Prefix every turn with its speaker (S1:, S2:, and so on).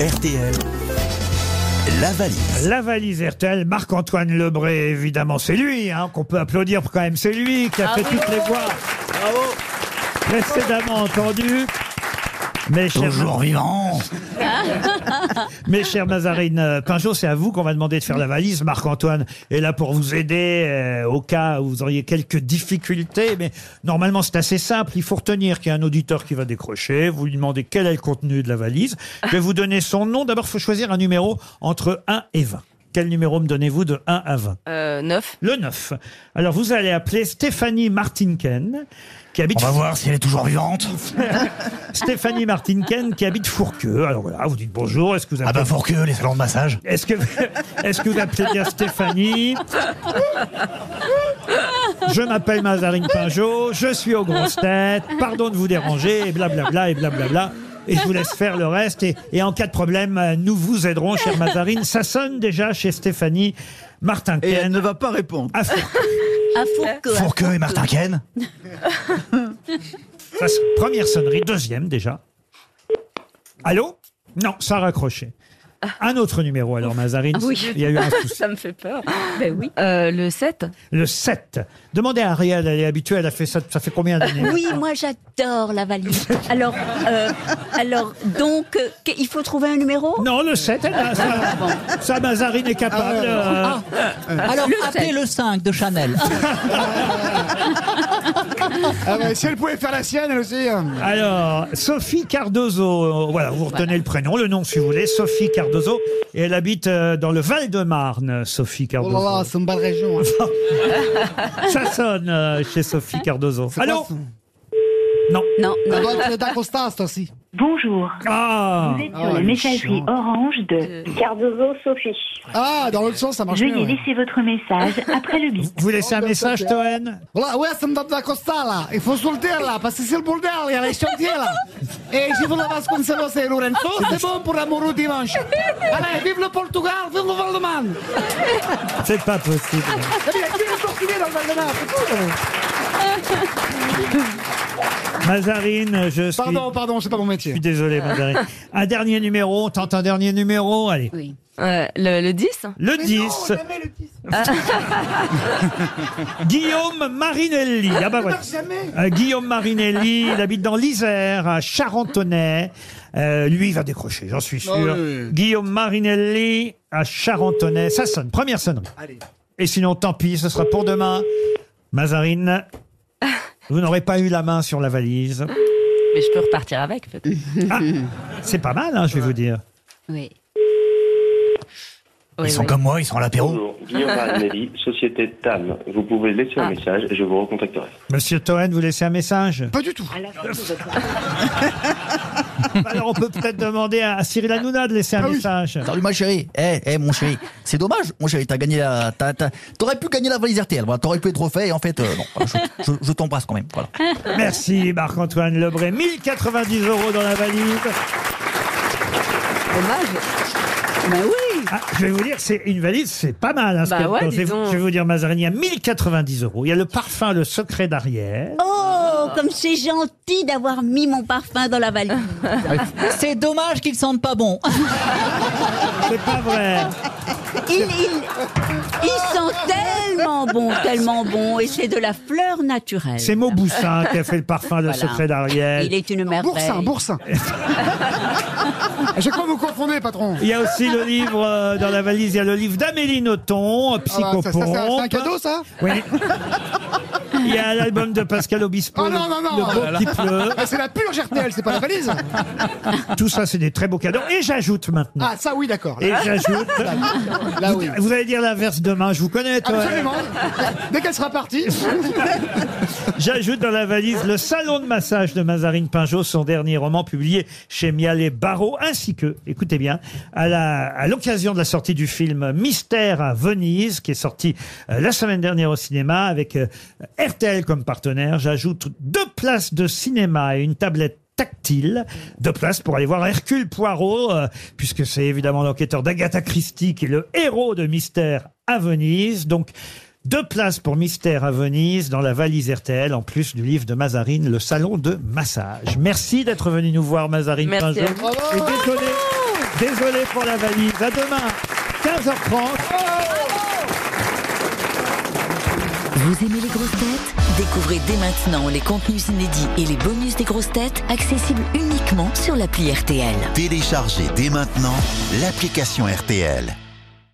S1: RTL. La valise.
S2: La valise RTL, Marc-Antoine Lebré, évidemment, c'est lui hein, qu'on peut applaudir quand même. C'est lui qui a fait toutes les voix précédemment entendues. Mes chers,
S1: vivant.
S2: mes chères Mazarine euh, Pinjot, c'est à vous qu'on va demander de faire la valise. Marc-Antoine est là pour vous aider euh, au cas où vous auriez quelques difficultés. Mais normalement, c'est assez simple. Il faut retenir qu'il y a un auditeur qui va décrocher. Vous lui demandez quel est le contenu de la valise. Je vais vous donner son nom. D'abord, il faut choisir un numéro entre 1 et 20. Quel numéro me donnez-vous de 1 à 20
S3: Euh, 9.
S2: Le 9. Alors vous allez appeler Stéphanie Martinken, qui habite
S1: voir si elle est toujours vivante.
S2: Stéphanie Martinken, qui habite Fourqueux. Alors voilà, vous dites bonjour. Est-ce que vous
S1: Ah
S2: appelez
S1: bah pour que les salons de massage.
S2: Est-ce que, est-ce que vous appelez bien Stéphanie Je m'appelle Mazarine Pinjot, je suis aux grosses têtes, pardon de vous déranger, et blablabla, et blablabla. Et je vous laisse faire le reste. Et, et en cas de problème, euh, nous vous aiderons, chère Mazarine. Ça sonne déjà chez Stéphanie
S4: Et elle
S2: Martinken.
S4: ne va pas répondre.
S2: à Fourqueux.
S3: Ah,
S5: À Fourqueux.
S1: Pour que et Martin Ken.
S2: Ça, c'est première sonnerie, deuxième déjà. Allô Non, ça a raccroché. Un autre numéro alors, Mazarine.
S3: Oui.
S2: Il y a eu un souci.
S3: Ça me fait peur.
S5: Ben oui.
S3: Euh, le 7.
S2: Le 7. Demandez à Ariel, elle est habituée, elle a fait ça, ça fait combien d'années
S5: Oui, moi j'adore la valise. Alors, euh, alors donc, euh, qu- il faut trouver un numéro
S2: Non, le 7, elle a-
S6: Ah,
S2: ça, ça, Mazarine est capable. euh,
S7: Alors, appelez le 5 de Chanel.
S6: Ah ouais, si elle pouvait faire la sienne, elle aussi. hein.
S2: Alors, Sophie Cardozo, euh, voilà, vous retenez le prénom, le nom si vous voulez, Sophie Cardozo, et elle habite euh, dans le Val-de-Marne, Sophie
S6: Oh là là,
S2: Cardozo.
S6: c'est une belle région. hein.
S2: Ça sonne euh, chez Sophie Cardozo.
S6: C'est
S2: Allô
S6: quoi, ça
S2: Non.
S5: Non,
S6: Elle
S5: non.
S6: doit être d'Acostas, toi aussi.
S8: Bonjour,
S2: Ah
S8: vous êtes
S6: Ah,
S8: sur la
S6: le
S8: messagerie
S6: chien.
S8: orange de Cardozo Sophie.
S6: Ah, dans l'autre sens, ça marche
S8: Veuillez
S6: mieux. Ouais,
S8: laisser votre message après le bip.
S2: Vous laissez un
S6: Oh,
S2: message,
S6: d'accord.
S2: Toen
S6: Voilà, ouais, ça me donne d'Acosta, là. Il faut se le dire, là, parce que c'est le bordel, il y a les chantiers, là. Et si vous la Vasconcelos et Lorenzo, c'est bon pour l'amoureux dimanche. Allez, vive le Portugal, vive le Val-de-Marne.
S2: C'est pas possible.
S6: Eh bien, qui est le Portugais dans le Val-de-Marne C'est tout.
S2: Mazarine, je suis.
S6: Pardon, pardon, c'est pas mon
S2: Je
S6: métier.
S2: suis désolé, Mazarine. Un dernier numéro, on tente un dernier numéro, allez.
S5: Oui.
S3: Euh, le, le 10.
S2: Le 10. Guillaume Marinelli. Ah bah voilà. Euh, Guillaume Marinelli, il habite dans l'Isère, à Charentonnet. Euh, lui, il va décrocher, j'en suis sûr.
S6: Ah oui.
S2: Guillaume Marinelli, à Charentonnet. Ça sonne, première sonnerie. Et sinon, tant pis, ce sera pour demain. Mazarine, vous n'aurez pas eu la main sur la valise.
S3: Mais je peux repartir avec, peut-être.
S2: C'est pas mal, hein, je vais vous dire.
S5: oui.
S3: Oui,
S1: Ils sont
S3: oui.
S1: comme moi, ils sont à l'apéro.
S9: Bonjour, Guillaume Marinelli, société TAM. Vous pouvez laisser un
S3: Ah.
S9: message et je vous recontacterai.
S2: Monsieur Toen, vous laissez un message
S6: Pas du tout.
S8: À la fin de votre
S2: Alors, on peut peut-être demander à Cyril Hanouna de
S6: Ah
S2: laisser un message.
S7: Salut ma chérie. Eh, eh, mon chéri. C'est dommage, mon chéri. T'as gagné la. t'as- t'as- T'aurais pu gagner la valise RTL. Voilà, t'aurais pu les trophées. Et en fait, euh, non. Voilà, je je- je t'embrasse quand même. Voilà.
S2: Merci Marc-Antoine Lebré. 1090 euros dans la valise.
S3: Dommage.
S5: Ben oui.
S2: Ah, je vais vous dire, c'est une valise, c'est pas mal. hein, ce
S3: Bah
S2: qu'elle
S3: ouais,
S2: contient.
S3: dis
S2: je, vais,
S3: donc.
S2: je vais vous dire, Mazarin, il y a 1090 euros. Il y a le parfum, le secret d'arrière.
S5: Oh, comme c'est gentil d'avoir mis mon parfum dans la valise.
S7: C'est dommage qu'ils sentent pas bon.
S2: C'est pas vrai.
S5: Il, il, il sent tellement bon, tellement bon, et c'est de la fleur naturelle.
S2: C'est Mauboussin qui a fait le parfum, le
S5: Voilà.
S2: secret d'arrière.
S5: Il est une merveille.
S6: Boursin, boursin. Je crois que vous confondez, patron.
S2: Il y a aussi le livre euh, dans la valise. Il y a le livre d'Amélie Nothomb, euh,
S6: Ah bah, ça, ça, ça, c'est
S2: Psychopompe.
S6: un cadeau, ça
S2: Oui. Il y a l'album de Pascal Obispo,
S6: Oh non, non, non.
S2: Le beau qui pleut.
S6: Ah, C'est la purge RTL, c'est pas la valise.
S2: Tout ça, c'est des très beaux cadeaux. Et j'ajoute maintenant.
S6: Ah, ça, oui, d'accord.
S2: Et j'ajoute.
S6: Là, oui.
S2: Vous allez dire l'inverse demain, je vous connais, toi.
S6: Absolument. Dès qu'elle sera partie.
S2: J'ajoute dans la valise le salon de massage de Mazarine Pinjot, son dernier roman publié chez Mialet Barreau, ainsi que, écoutez bien, à la- à l'occasion de la sortie du film Mystère à Venise, qui est sorti euh, la semaine dernière au cinéma avec euh, RTL comme partenaire, j'ajoute deux places de cinéma et une tablette tactile de place pour aller voir Hercule Poirot, euh, puisque c'est évidemment l'enquêteur d'Agatha Christie qui est le héros de Mystère à Venise. Donc, deux places pour Mystère à Venise dans la valise RTL, en plus du livre de Mazarine, Le Salon de Massage. Merci d'être venu nous voir, Mazarine
S3: Merci à
S2: Pinjot.
S3: vous.
S2: Et désolé, Désolé pour la valise. À demain, 15h30.
S5: Vous aimez les grosses têtes Découvrez dès maintenant les contenus inédits et les bonus des grosses têtes accessibles uniquement sur l'appli RTL.
S10: Téléchargez dès maintenant l'application RTL.